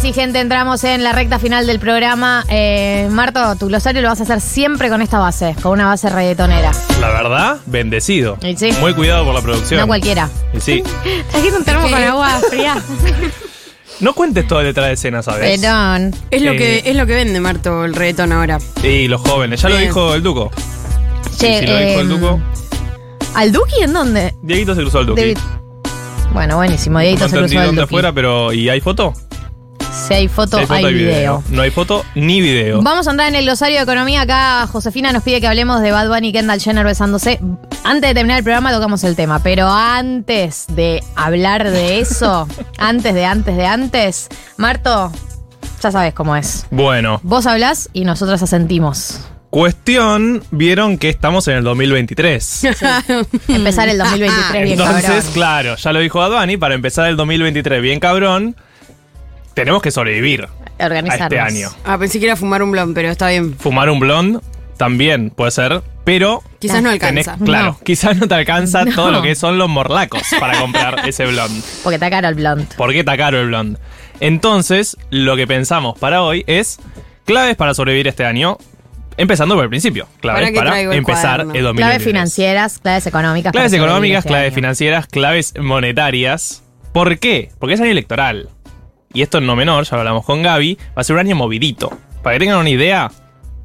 sí, gente, entramos en la recta final del programa. Eh, Marto, tu glosario lo vas a hacer siempre con esta base, con una base reggaetonera. La verdad, bendecido. Y sí. Muy cuidado por la producción. No cualquiera. Y sí. Trajiste un termo con agua fría. No cuentes todo detrás de escena, ¿sabes? Perdón. Es lo, Eh. que, es lo que vende, Marto, el reggaetón ahora. Y los jóvenes. Ya lo Bien. dijo el Duco. Che, Sí, sí, lo dijo el em, Duco. ¿Al Duki en dónde? Dieguito se cruzó al Duki. David- Bueno, buenísimo. Dieguito no se entendí cruzó al dónde Duki. fuera, pero. ¿Y hay foto? Si hay foto, hay, y video. No hay foto ni video. Vamos a entrar en el glosario de economía. Acá Josefina nos pide que hablemos de Bad Bunny y Kendall Jenner besándose. Antes de terminar el programa tocamos el tema, pero antes de hablar de eso, antes de antes de antes, Marto, ya sabes cómo es. Bueno, Vos hablás y nosotros asentimos. cuestión, vieron que estamos en el 2023. Empezar el 2023 bien Mm. Entonces, cabrón. claro, ya lo dijo Advani, para empezar el 2023 bien cabrón, tenemos que sobrevivir a Organizarnos. este año. Ah, pensé que era fumar un blon, pero está bien. Fumar un blond también puede ser, pero Quizás no tenés- alcanza. claro, quizás no te alcanza No. todo lo que son los morlacos para comprar ese blond. Porque está caro el blunt. ¿Por qué está caro el blond? Entonces, lo que pensamos para hoy es claves para sobrevivir este año, empezando por el principio. Claves ¿Para qué para, traigo el empezar cuaderno? el 2023. Claves financieras, claves económicas. para Claves sobrevivir económicas, este claves año. financieras, claves monetarias. ¿Por qué? Porque es año electoral. Y esto en no menor, ya lo hablamos con Gaby, va a ser un año movidito. Para que tengan una idea,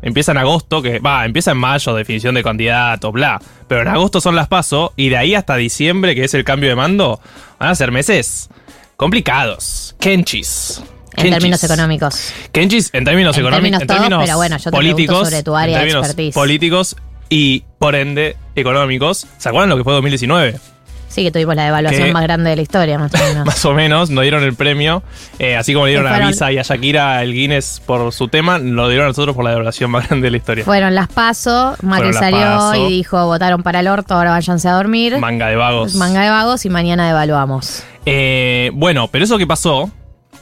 empieza en agosto, que va, empieza en mayo, definición de candidato, bla. Pero en agosto son las paso y de ahí hasta diciembre, que es el cambio de mando, van a ser meses complicados, kenchis. En términos Kenchis. económicos. Kenchis, en términos En económicos, términos en todos, términos pero bueno, yo te pregunto políticos, sobre tu área en de términos expertise. políticos y por ende económicos. ¿Se acuerdan lo que fue 2019? Sí, que tuvimos la devaluación Que- más grande de la historia, más o menos. Más o menos, no dieron el premio, eh, así como le dieron Que a fueron- Visa y a Shakira el Guinness por su tema, lo dieron a nosotros por la devaluación más grande de la historia. Fueron las PASO, Macri Fueron las salió PASO. y dijo, votaron para el orto, ahora váyanse a dormir. Manga de vagos. Manga de vagos y mañana devaluamos. Eh, bueno, pero eso que pasó,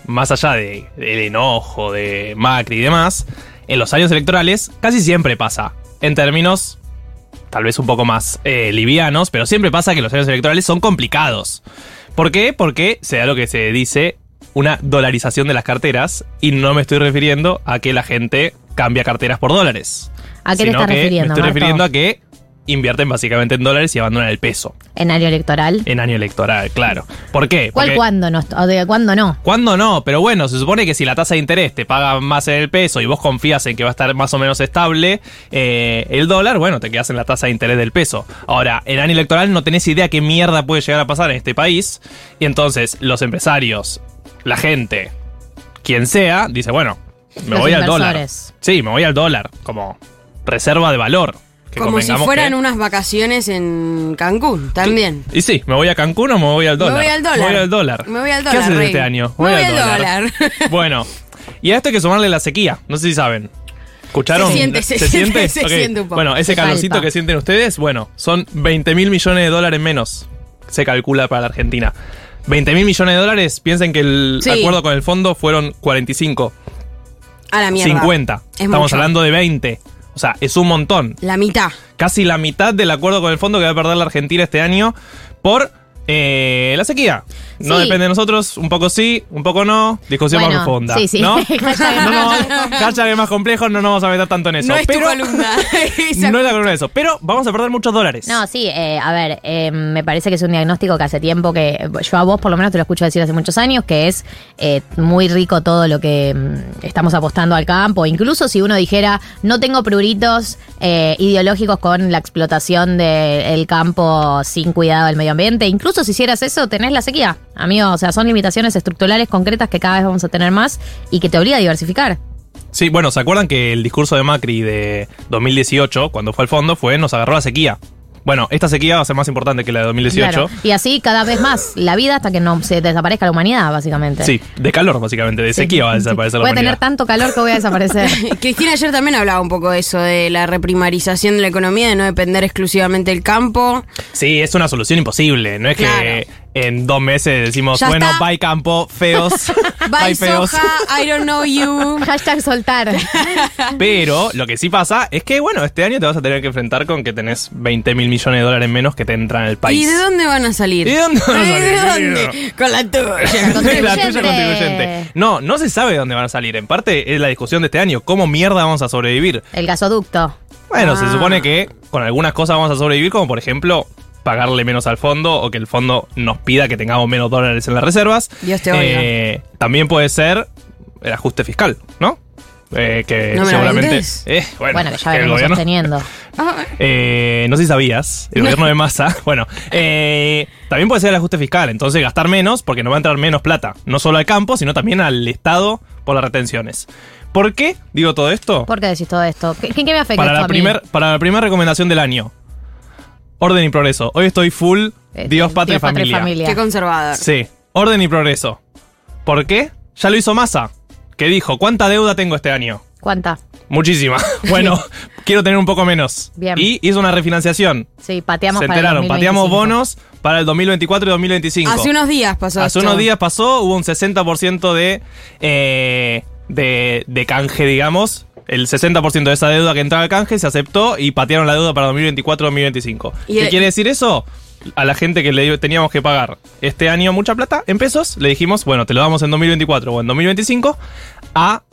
más allá de- del enojo de Macri y demás, en los años electorales casi siempre pasa. En términos tal vez un poco más eh, livianos, pero siempre pasa que los años electorales son complicados. ¿Por qué? Porque se da lo que se dice una dolarización de las carteras y no me estoy refiriendo a que la gente cambia carteras por dólares. ¿A qué te sino estás que refiriendo, Me estoy Marto? refiriendo a que invierten básicamente en dólares y abandonan el peso En área electoral. en año electoral, claro. ¿Por qué? ¿Cuál Porque- cuándo no? O de ¿Cuándo no? ¿Cuándo no? Pero bueno, se supone que si la tasa de interés te paga más en el peso y vos confías en que va a estar más o menos estable eh, el dólar, bueno, te quedas en la tasa de interés del peso. Ahora, en año electoral no tenés idea qué mierda puede llegar a pasar en este país. Y entonces los empresarios, la gente, quien sea, dice, bueno, me Los voy al dólar. inversores. Sí, me voy al dólar, como reserva de valor. que Como si convengamos fueran que- unas vacaciones en Cancún, también. Y sí, ¿me voy a Cancún o me voy al dólar? Me voy al dólar. Me voy al dólar. Me voy al ¿Qué dólar, haces Rey. este año? Me voy al dólar. bueno, y a esto hay que sumarle la sequía. No sé si saben. ¿Escucharon? Se siente, se siente, se Ok. siente un poco. Bueno, ese Se calorcito palpa. que sienten ustedes, bueno, son 20 mil millones de dólares menos. Se calcula para la Argentina. 20 mil millones de dólares, piensen que el Sí. acuerdo con el fondo fueron 45, A la mierda. 50. Es Estamos mucho. hablando de 20. O sea, es un montón La mitad. casi la mitad del acuerdo con el fondo que va a perder la Argentina este año por eh, la sequía. No Sí. depende de nosotros, un poco sí, un poco no. Discusión Bueno, más profunda. sí, sí. ¿no? Hashtag no, más no, hashtag más complejo, no nos vamos a meter tanto en eso. no es tu pero columna. Esa- no es la columna de eso. Pero vamos a perder muchos dólares. No, sí, eh, a ver, eh, me parece que es un diagnóstico que hace tiempo que yo a vos por lo menos te lo escucho decir hace muchos años, que es eh, muy rico todo lo que mm, estamos apostando al campo. Incluso si uno dijera, no tengo pruritos eh, ideológicos con la explotación del campo sin cuidado del medio ambiente, incluso si hicieras eso, tenés la sequía, amigo. O sea, son limitaciones estructurales concretas que cada vez vamos a tener más y que te obliga a diversificar. Sí, bueno, ¿se acuerdan que el discurso de Macri de 2018, cuando fue al fondo, fue nos agarró la sequía? Bueno, esta sequía va a ser más importante que la de 2018. Claro. Y así cada vez más la vida hasta que no se desaparezca la humanidad, básicamente. Sí, de calor básicamente, de Sí. sequía va a desaparecer la Voy a tener humanidad. tanto calor que voy a desaparecer. Cristina ayer también hablaba un poco de eso, de la reprimarización de la economía, de no depender exclusivamente del campo. Sí, es una solución imposible. No es Claro. que en dos meses decimos, Ya bueno, está. bye campo, feos, Bye, bye feos. Soja, I don't know you. Hashtag soltar. Pero lo que sí pasa es que, bueno, este año te vas a tener que enfrentar con que tenés 20 mil millones de dólares menos que te entran al país. ¿Y de dónde van a salir? ¿Y de dónde van a ¿Y de salir? dónde? Con la tuya. La tuya Contribuyente. contribuyente. No, no se sabe de dónde van a salir. En parte es la discusión de este año. ¿Cómo mierda vamos a sobrevivir? El gasoducto. Bueno, Ah. se supone que con algunas cosas vamos a sobrevivir, como por ejemplo pagarle menos al fondo o que el fondo nos pida que tengamos menos dólares en las reservas. Dios te oiga. Eh, también puede ser el ajuste fiscal, ¿no? Eh, que No me la seguramente. vendés. Eh, bueno, Bueno, que ya el venimos gobierno- sosteniendo. Ah, eh, no sé si sabías, el gobierno de masa. Bueno, eh, también puede ser el ajuste fiscal, entonces gastar menos porque no va a entrar menos plata, no solo al campo, sino también al Estado por las retenciones. ¿Por qué digo todo esto? ¿Por qué decís todo esto? ¿Qué, qué- qué me afecta para esto la a mí? primer, para la primera recomendación del año. Orden y progreso. Hoy estoy full Eh, Dios, patria, y Dios, patria y familia. familia. qué conservador. Sí, orden y progreso. ¿Por qué? Ya lo hizo Massa, que dijo, ¿cuánta deuda tengo este año? ¿Cuánta? Muchísima. Bueno, quiero tener un poco menos. Bien. Y hizo una refinanciación. Sí, pateamos Se para el enteraron, 2025. pateamos bonos para el 2024 y 2025. Hace unos días pasó Hace esto. unos días pasó, hubo un 60% de, eh, de, de canje, digamos. El 60% de esa deuda que entraba al canje se aceptó y patearon la deuda para 2024-2025. Y ¿Qué el- quiere decir eso? A la gente que le teníamos que pagar este año mucha plata en pesos, le dijimos, bueno, te lo damos en 2024 o en 2025 a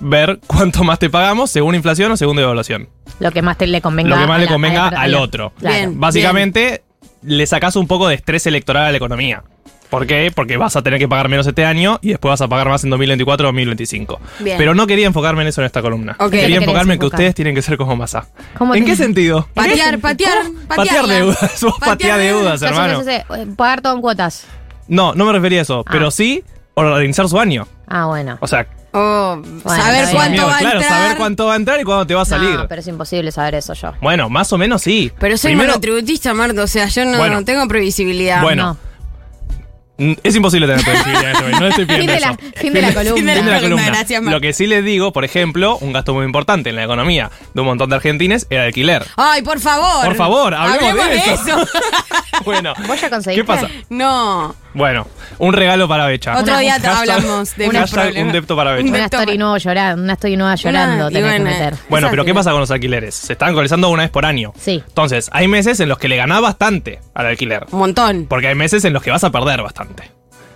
ver cuánto más te pagamos según inflación o según devaluación. Lo que más te, le convenga. Lo que más a le la- convenga a la- al otro. Claro. Bien. Básicamente, le sacas un poco de estrés electoral a la economía. ¿Por qué? Porque vas a tener que pagar menos este año y después vas a pagar más en 2024 o 2025. Bien. Pero no quería enfocarme en eso en esta columna. Ok. ¿Qué Quería querés enfocarme en que enfocar? ustedes tienen que ser como masa. ¿Cómo ¿En te- qué sentido? Patear, patear, Patear patearla. deudas. Vos patea deudas, Ya hermano. se hace- eh, Pagar todo en cuotas. No, no me refería a eso, Ah. pero sí organizar su año. Ah, bueno. O sea, Oh, saber está bien. cuánto amigo, va a claro, entrar. saber cuánto va a entrar y cuándo te va a salir. No, pero es imposible saber eso yo. Bueno, más o menos sí. Pero soy Primero- monotributista, Marta, o sea, yo no, Bueno. no tengo previsibilidad. Bueno, No. Mm, Es imposible tener previsibilidad en este momento, no le estoy Fin pidiendo de la- eso. fin de la columna. Fin de la Fin de la columna. gracias, Mar. Lo que sí les digo, por ejemplo, un gasto muy importante en la economía de un montón de argentines era el alquiler. Ay, por favor. Por favor, hablemos de eso. eso. Bueno, ¿Vos ya conseguiste? ¿qué pasa? no. Bueno, un regalo para Becha. Otro día Hashtag- hablamos de un mis hashtag, problemas. un depto para Un Becha. Una Beto- story nueva llorando, una story nueva llorando y tenés que bueno, meter. Bueno, pero Exacto. ¿qué pasa con los alquileres? Se están actualizando una vez por año. Sí. Entonces, hay meses en los que le ganás bastante al alquiler. Un montón. Porque hay meses en los que vas a perder bastante.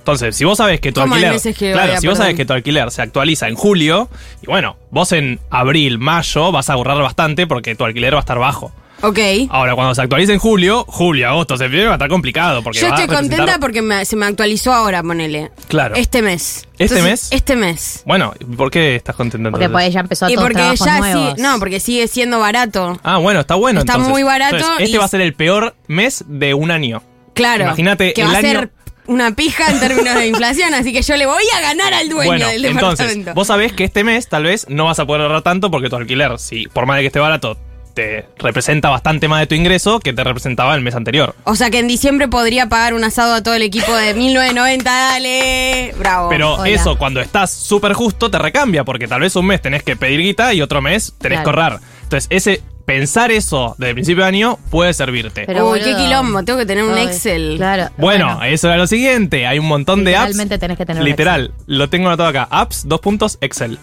Entonces, si vos sabes que tu ¿Cómo hay alquiler. meses que claro, voy a si vos perder? sabes que tu alquiler se actualiza en julio, y bueno, vos en abril, mayo vas a ahorrar bastante porque tu alquiler va a estar bajo. Ok. Ahora, cuando se actualice en julio, julio, agosto, septiembre va a estar complicado porque Yo va a estoy representar- contenta porque me- se me actualizó ahora, ponele. Claro. Este mes. ¿Este mes? Este mes. Bueno, ¿por qué estás contenta Porque entonces? por ahí ya empezó a Y todos porque trabajos ya nuevos. sí. No, porque sigue siendo barato. Ah, bueno, está bueno Está entonces. muy barato Entonces, este y- va a ser el peor mes de un año. Claro. Imagínate Que el va año- a ser una pija en términos de inflación, así que yo le voy a ganar al dueño Bueno, del entonces, departamento. vos sabés que este mes tal vez no vas a poder ahorrar tanto porque tu alquiler, si por más de que esté barato, te representa bastante más de tu ingreso que te representaba el mes anterior. O sea que en diciembre podría pagar un asado a todo el equipo de 1990, dale. Bravo. Pero hola. eso, cuando estás súper justo, te recambia porque tal vez un mes tenés que pedir guita y otro mes tenés que Claro. ahorrar. Entonces, ese pensar eso desde el principio de año puede servirte. Pero, Uy, qué boludo. quilombo, tengo que tener un Ay, Excel. Claro. bueno, eso era lo siguiente. Hay un montón de apps. Literalmente tenés que tener un Literal. Lo tengo anotado acá. Apps, dos puntos, Excel.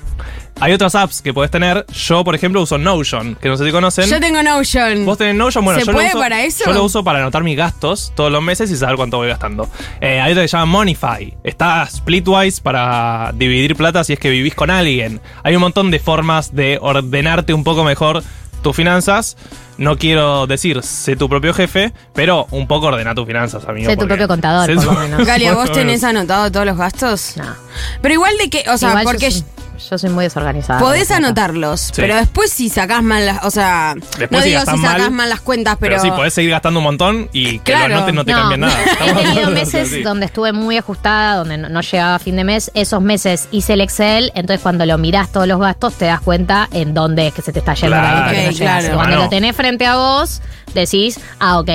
Hay otras apps que podés tener. Yo, por ejemplo, uso Notion, que no sé si conocen. Yo tengo Notion. Vos tenés Notion, bueno, ¿Se yo puede lo uso, para eso? Yo lo uso para anotar mis gastos todos los meses y saber cuánto voy gastando. Eh, hay otra que se llama Monify. Está Splitwise para dividir plata si es que vivís con alguien. Hay un montón de formas de ordenarte un poco mejor tus finanzas. No quiero decir sé tu propio jefe, pero un poco ordena tus finanzas, amigo. Sé tu porque- propio contador, Sé por tu- lo menos. Galia, por ¿vos lo tenés menos. anotado todos los gastos? No. Pero igual de que, o sea, Igual yo porque soy- yo, soy muy desorganizada. podés Por ejemplo. anotarlos, pero después si sacás mal las, o sea, Después no si digo si gastás sacás mal, mal, las cuentas, pero, Pero, sí, podés seguir gastando un montón y que Claro. lo anotes no te cambia nada. He Estamos tenido hablando de meses así. donde estuve muy ajustada, donde no, no llegaba a fin de mes. Esos meses hice el Excel, entonces cuando lo mirás todos los gastos te das cuenta en dónde es que se te está yendo la Claro. guita que no Ok, llegas. claro. Cuando lo Mano. tenés frente a vos, decís, ah, ok.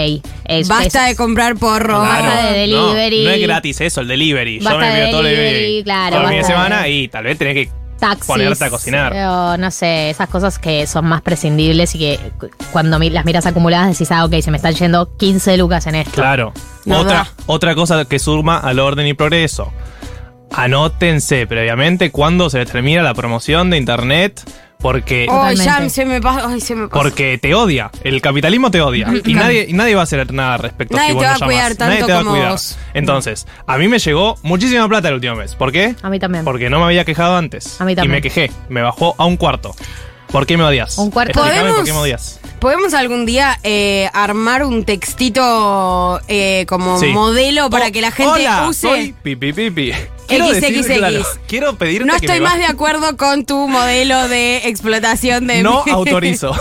es- basta es- de comprar porro. Claro. Basta de no, delivery. No, es gratis eso, el delivery. Basta Yo me de envío todo el delivery, delivery. claro, Todo el fin de basta de- semana y tal vez tenés que taxis, ponerte a cocinar. o no sé, esas cosas que son más prescindibles y que cu- cuando mi- las miras acumuladas decís, ah, ok, se me están yendo 15 lucas en esto. Claro. No otra, da. otra cosa que suma al orden y progreso. Anótense previamente cuándo se les termina la promoción de internet porque, Oh, Totalmente. ya se me pasa. Ay, se me pasa. porque te odia. El capitalismo te odia. Y nadie, y nadie va a hacer nada al respecto. Mm, Nadie si vos te no va a llamas. cuidar tanto Nadie te va a como cuidar. vos. Entonces, a mí me llegó muchísima plata el último mes. ¿Por qué? A mí también. Porque no me había quejado antes. A mí también. Y me quejé. Me bajó a un cuarto. ¿Por qué me odias? Un cuarto. Explícame ¿Por ¿Podemos? qué me odias? ¿Podemos algún día eh, armar un textito eh, como Sí. modelo para Oh, que la gente hola, use? Soy pipi pipi. Quiero XXX. decir, claro, quiero pedirte No que estoy me más bajes. de acuerdo con tu modelo de explotación de. No autorizo.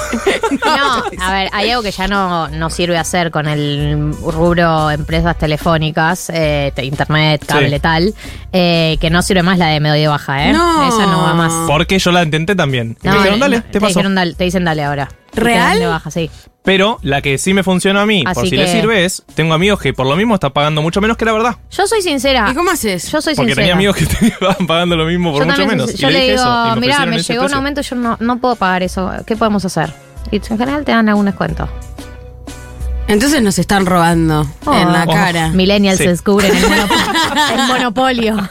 No, a ver, hay algo que ya no, no sirve hacer con el rubro empresas telefónicas, eh, te- internet, cable, Sí. tal, eh, que no sirve más la de medio baja, ¿eh? No. Esa no va más. Porque yo la intenté también. Y No, me dijeron, no, dale, no, te paso. dijeron dale- te dicen dale ahora. Y te ¿Real? dan de baja, sí. Pero la que sí me funcionó a mí, por Así si le que- sirve, es, tengo amigos que por lo mismo están pagando mucho menos que la verdad. Yo soy sincera. ¿Y cómo haces? Yo soy Porque sincera. tenía amigos que te iban pagando lo mismo por Yo mucho también soy- menos. Yo y le dije digo, eso, y me mira, ofrecieron me ese llegó un precio". aumento, yo no, no puedo pagar eso. ¿Qué podemos hacer? Y en general te dan algún descuento. Entonces nos están robando Oh. en la Oh. cara. Millennials Sí. se descubren el, monopo- el monopolio.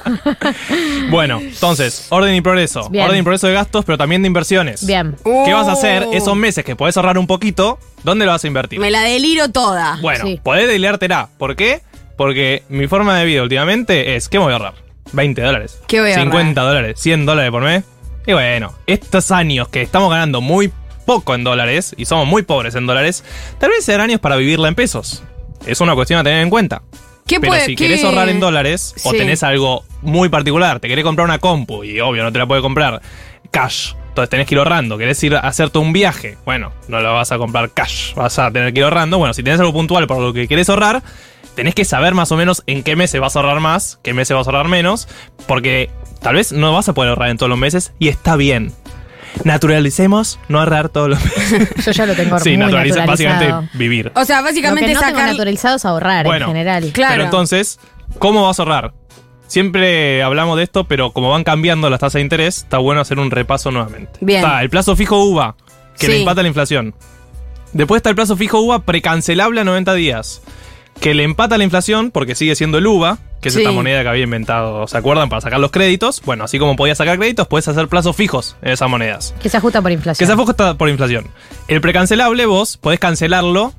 Bueno, entonces, orden y progreso. Bien. Orden y progreso de gastos, pero también de inversiones. Bien. ¿Qué vas a hacer Oh. esos meses que podés ahorrar un poquito? ¿Dónde lo vas a invertir? Me la deliro toda. Bueno, Sí. podés deliártela. ¿Por qué? Porque mi forma de vida últimamente es, ¿qué me voy a ahorrar? 20 dólares. ¿Qué voy a 50 dólares, 100 dólares por mes. Y bueno, estos años que estamos ganando muy poco en dólares y somos muy pobres en dólares, tal vez serán años para vivirla en pesos. Es una cuestión a tener en cuenta. ¿Qué Pero puede- si qué- querés ahorrar en dólares o Sí. tenés algo muy particular, te querés comprar una compu y obvio no te la puede comprar cash, entonces tenés que ir ahorrando, querés ir a hacerte un viaje, bueno, no la vas a comprar cash, vas a tener que ir ahorrando. Bueno, si tenés algo puntual por lo que querés ahorrar, tenés que saber más o menos en qué meses vas a ahorrar más, qué meses vas a ahorrar menos, porque tal vez no vas a poder ahorrar en todos los meses y está bien. Naturalicemos no ahorrar todos los meses. Yo ya lo tengo sí, muy naturalizado. naturaliza- básicamente vivir. O sea, Lo básicamente que no tengo sacar. naturalizado es ahorrar Bueno, en general. Claro. Pero entonces, ¿cómo vas a ahorrar? Siempre hablamos de esto, pero como van cambiando las tasas de interés, está bueno hacer un repaso nuevamente. Bien. Está el plazo fijo UVA, que le Sí. empata la inflación. Después está el plazo fijo UVA precancelable a 90 días, que le empata la inflación porque sigue siendo el UVA, que es Sí. esta moneda que había inventado, ¿se acuerdan? Para sacar los créditos. Bueno, así como podías sacar créditos, puedes hacer plazos fijos en esas monedas. Que se ajusta por Que inflación. se ajusta por inflación. El precancelable vos podés cancelarlo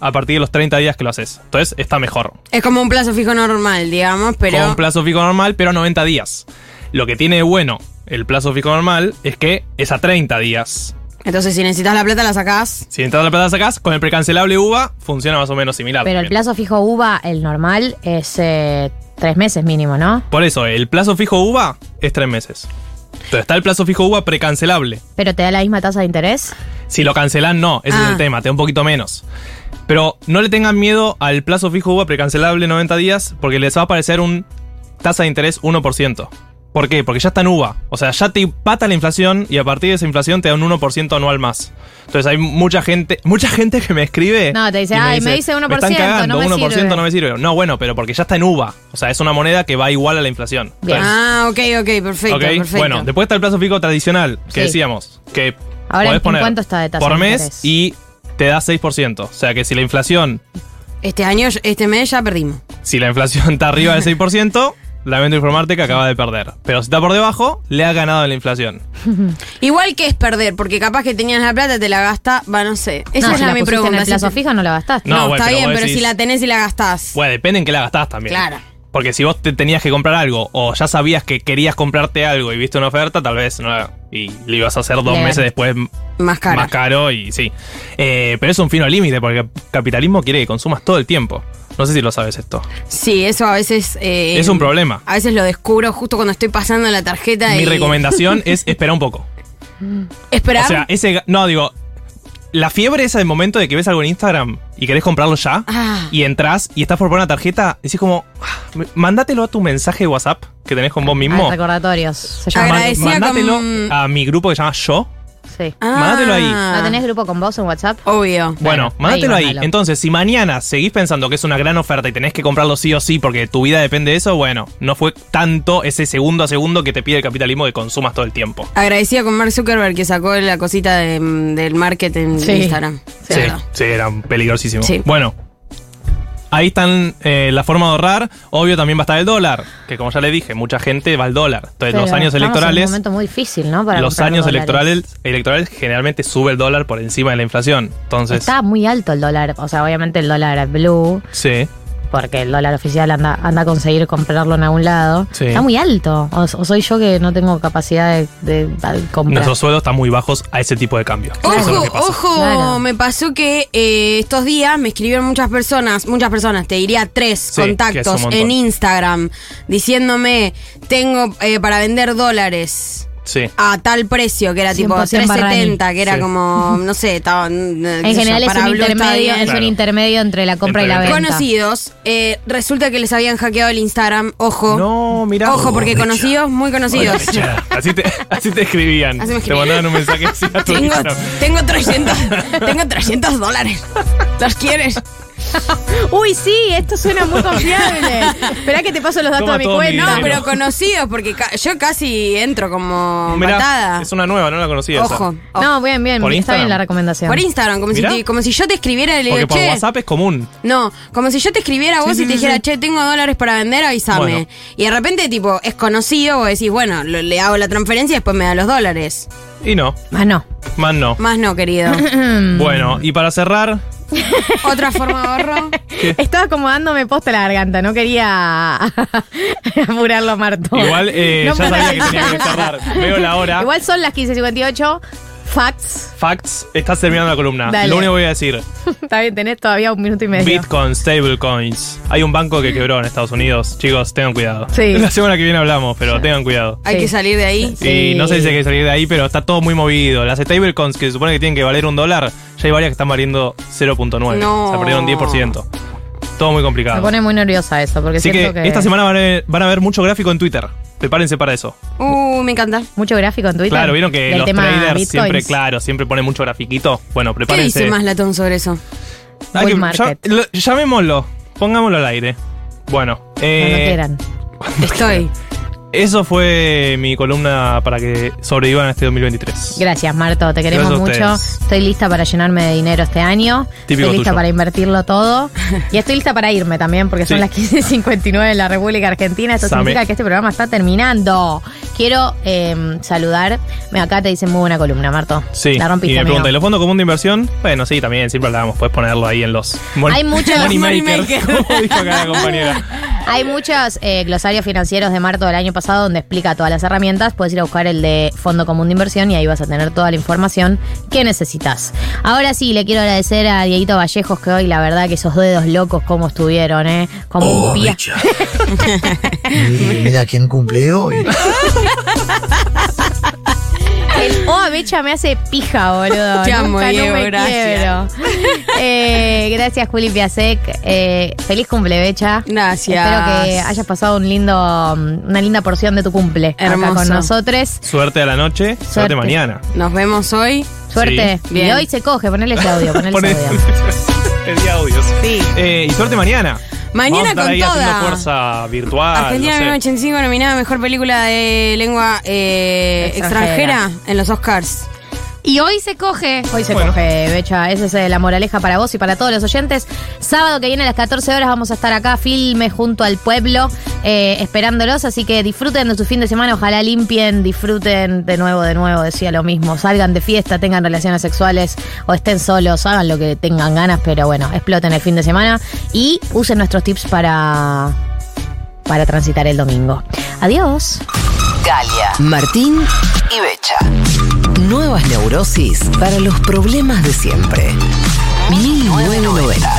a partir de los 30 días que lo haces. Entonces está mejor Es como un plazo fijo normal, digamos, con pero. un plazo fijo normal, pero a 90 días. Lo que tiene de bueno el plazo fijo normal es que es a 30 días. Entonces, si necesitas la plata, la sacás. Si entras a la plata sacás, con el precancelable UVA funciona más o menos similar. Pero el también. plazo fijo UVA, el normal, es eh, tres meses mínimo, ¿no? Por eso, el plazo fijo UVA es 3 meses. Entonces está el plazo fijo UVA precancelable. Pero te da la misma tasa de interés. Si lo cancelan, no, ese es Ah. el tema, te da un poquito menos. Pero no le tengan miedo al plazo fijo UVA precancelable 90 días, porque les va a aparecer un tasa de interés 1%. ¿Por qué? Porque ya está en UVA. O sea, ya te pata la inflación y a partir de esa inflación te da un 1% anual más. Entonces hay mucha gente, mucha gente que me escribe. No, te dice, y "Ay, me dice 1%, están cagando, no me 1% sirve". no me sirve. No, bueno, pero porque ya está en UVA. O sea, es una moneda que va igual a la inflación. Bien. Entonces, Ah, ok, ok, perfecto. Ok, perfecto. Bueno, después está el plazo fijo tradicional, que Sí. decíamos, que Ahora, podés ¿en poner cuánto está de tasa por de mes interés? y te da 6%. O sea que si la inflación, Este año, este mes ya perdimos. si la inflación está arriba del 6%, lamento informarte que acaba de perder. Pero si está por debajo, le ha ganado la inflación. Igual que es perder, porque capaz que tenías la plata, te la gastás, va, no sé. Esa no, es si la, la pusiste mi en pregunta. el plazo si te- fijo no la gastaste. No, No, bueno, está pero bien, vos pero si decís- la tenés y la gastás. Bueno, depende en qué la gastás también. Claro. Porque si vos te tenías que comprar algo o ya sabías que querías comprarte algo y viste una oferta, tal vez no la- y le ibas a hacer dos Le ganas. meses después más cara. más caro y sí. Eh, pero es un fino límite porque el capitalismo quiere que consumas todo el tiempo. No sé si lo sabes esto. Sí, eso a veces. eh, es un problema. A veces lo descubro justo cuando estoy pasando la tarjeta. Mi y- recomendación es esperar un poco. Esperar. O sea, ese. No, digo. La fiebre esa del momento de que ves algo en Instagram y querés comprarlo ya. Ah. Y entras y estás por poner una tarjeta. Decís como. "Ah, me- Mándatelo a tu mensaje de WhatsApp que tenés con vos mismo. Ah, recordatorios. Se llama. Man- Agradecida Mándatelo con- a mi grupo que se llama Yo. Sí. Ah, Mándelo ahí. ¿No tenés grupo con vos en WhatsApp? Obvio. Bueno, Bueno, mándatelo ahí, ahí. mándalo. Entonces, si mañana seguís pensando que es una gran oferta y tenés que comprarlo sí o sí porque tu vida depende de eso, bueno, no fue tanto ese segundo a segundo que te pide el capitalismo que consumas todo el tiempo. Agradecida con Mark Zuckerberg que sacó la cosita de- del marketing Sí. de Instagram. Sí, ¿verdad? sí, era peligrosísimo. Sí. Bueno, Ahí están eh, la forma de ahorrar. Obvio, también va a estar el dólar, que como ya le dije, mucha gente va al dólar. Entonces, Pero los años estamos En un electorales, momento muy difícil, ¿no? Para los comprar años dólares. electorales, electorales generalmente sube el dólar por encima de la inflación. Entonces, Está muy alto el dólar. O sea, obviamente el dólar blue, sí. porque el dólar oficial anda, anda a conseguir comprarlo en algún lado. Sí. Está muy alto. O, o soy yo que no tengo capacidad de, de- de comprar. Nuestros sueldos están muy bajos a ese tipo de cambio. Eso es lo Ojo, que pasa. ojo, Claro. me pasó que eh, estos días me escribieron muchas personas, muchas personas, te diría tres Sí, que es contactos un montón. en Instagram diciéndome, tengo eh, para vender dólares Sí. a tal precio, que era tipo 100% 370, que era Sí. como, no sé, estaba... En En general es un, intermedio, es un Claro. intermedio entre la compra y Entre la la venta. Conocidos, eh, resulta que les habían hackeado el Instagram, ojo. No, mirá. Ojo, porque Derecha. conocidos, muy conocidos. Derecha. Así te, así te escribían. Así te me escribían. mandaban un mensaje así a tu Tengo, Instagram. tengo 300, tengo 300 dólares. ¿Los quieres? Uy, sí, esto suena muy confiable. Esperá que te paso los datos Toma a mi todo mi cuenta. No, Bueno. pero conocidos, porque ca- yo casi entro como Mirá, patada. es una nueva, no la conocía. esa. Ojo. ojo. No, bien, bien. Por está bien Instagram. la recomendación. por Instagram, como si, Mirá. te- como si yo te escribiera y le Porque digo, por che. WhatsApp es común. No, como si yo te escribiera a vos Sí, sí, y te sí, dijera, sí. che, tengo dólares para vender, avísame. Bueno. Y de repente, tipo, es conocido, vos decís, bueno, lo- le hago la transferencia y después me da los dólares. Y no, Ah, no. más no. Más no, querido. Mm. Bueno, y para cerrar, Otra forma de ahorro. Estaba acomodándome posta la garganta, no quería apurarlo a Marto. igual eh, No, ya para- sabía que tenía que cerrar. Veo la hora. Igual son las 15.58. Facts. Facts, estás terminando la columna. Dale. Lo único que voy a decir, Está bien, tenés todavía un minuto y medio. Bitcoin, stablecoins. Hay un banco que quebró en Estados Unidos. Chicos, tengan cuidado. Sí. La semana que viene hablamos, pero tengan cuidado. Hay Sí. que salir de ahí. Sí. Y no sé si hay que salir de ahí, pero está todo muy movido. Las stablecoins que se supone que tienen que valer un dólar, ya hay varias que están valiendo 0.9. No. Se perdieron 10%. Todo muy Me complicado. pone muy nerviosa eso, porque Así que, siento que, esta semana van a, ver, van a ver mucho gráfico en Twitter. Prepárense para eso. Uh, me encanta. mucho gráfico en Twitter. Claro, vieron que del los tema traders bitcoins. siempre, claro, siempre ponen mucho grafiquito. Bueno, ¿Qué dice prepárense. más latón sobre eso? Hay Bull que- market. lo- llamémoslo, pongámoslo al aire. Bueno, No, no eh, quieran. Estoy. eso fue mi columna para que sobrevivan a este 2023. Gracias, Marto. Te queremos Gracias a mucho. ustedes. Estoy lista para llenarme de dinero este año. Típico estoy lista tuyo. para invertirlo todo. Y estoy lista para irme también, porque son Sí. las 15.59 en la República Argentina. Eso Same. significa que este programa está terminando. Quiero eh, saludar. Mira, Acá te dicen muy buena columna, Marto. Sí, La rompiste, y me amigo. pregunta, ¿y los fondos comunes de inversión? Bueno, sí, también, siempre hablábamos, puedes ponerlo ahí en los mon- Hay muchos money money makers, como dijo acá la compañera. Hay muchos eh, glosarios financieros de Marto del año pasado donde explica todas las herramientas. Puedes ir a buscar el de Fondo Común de Inversión y ahí vas a tener toda la información que necesitas. Ahora sí, le quiero agradecer a Dieguito Vallejos que hoy, la verdad, que esos dedos locos como estuvieron, ¿eh? Como un Oh, pie. Richard. Eh, Mira quién cumple hoy. El O Becha me hace pija, boludo. Te amo, Nunca no Diego, me gracias. quiebro. Eh, gracias, Juli Piasek. Eh, feliz cumple, Becha. Gracias. Espero que hayas pasado un lindo, una linda porción de tu cumple acá Hermoso. con nosotros. Suerte a la noche, suerte, Suerte. mañana. Nos vemos hoy. Suerte. Sí. Y Bien. hoy se coge, ponele ese audio, ponele Poné- ese audio. el día audios. Sí. Eh, y suerte mañana. Vamos a Mañana estar con ahí toda. haciendo fuerza virtual. Argentina no sé. 1985 nominada a mejor película de lengua eh, Extranjera. extranjera. en los Oscars. Y hoy se coge. Hoy se Bueno. coge, Becha. Esa es eh, la moraleja para vos y para todos los oyentes. Sábado que viene a las 14 horas vamos a estar acá, filme junto al pueblo, eh, esperándolos. Así que disfruten de su fin de semana. Ojalá limpien, disfruten de nuevo, de nuevo. Decía lo mismo. Salgan de fiesta, tengan relaciones sexuales o estén solos, hagan lo que tengan ganas. Pero bueno, exploten el fin de semana y usen nuestros tips para, para transitar el domingo. Adiós. Galia Martín y Becha. Nuevas neurosis para los problemas de siempre. 1990.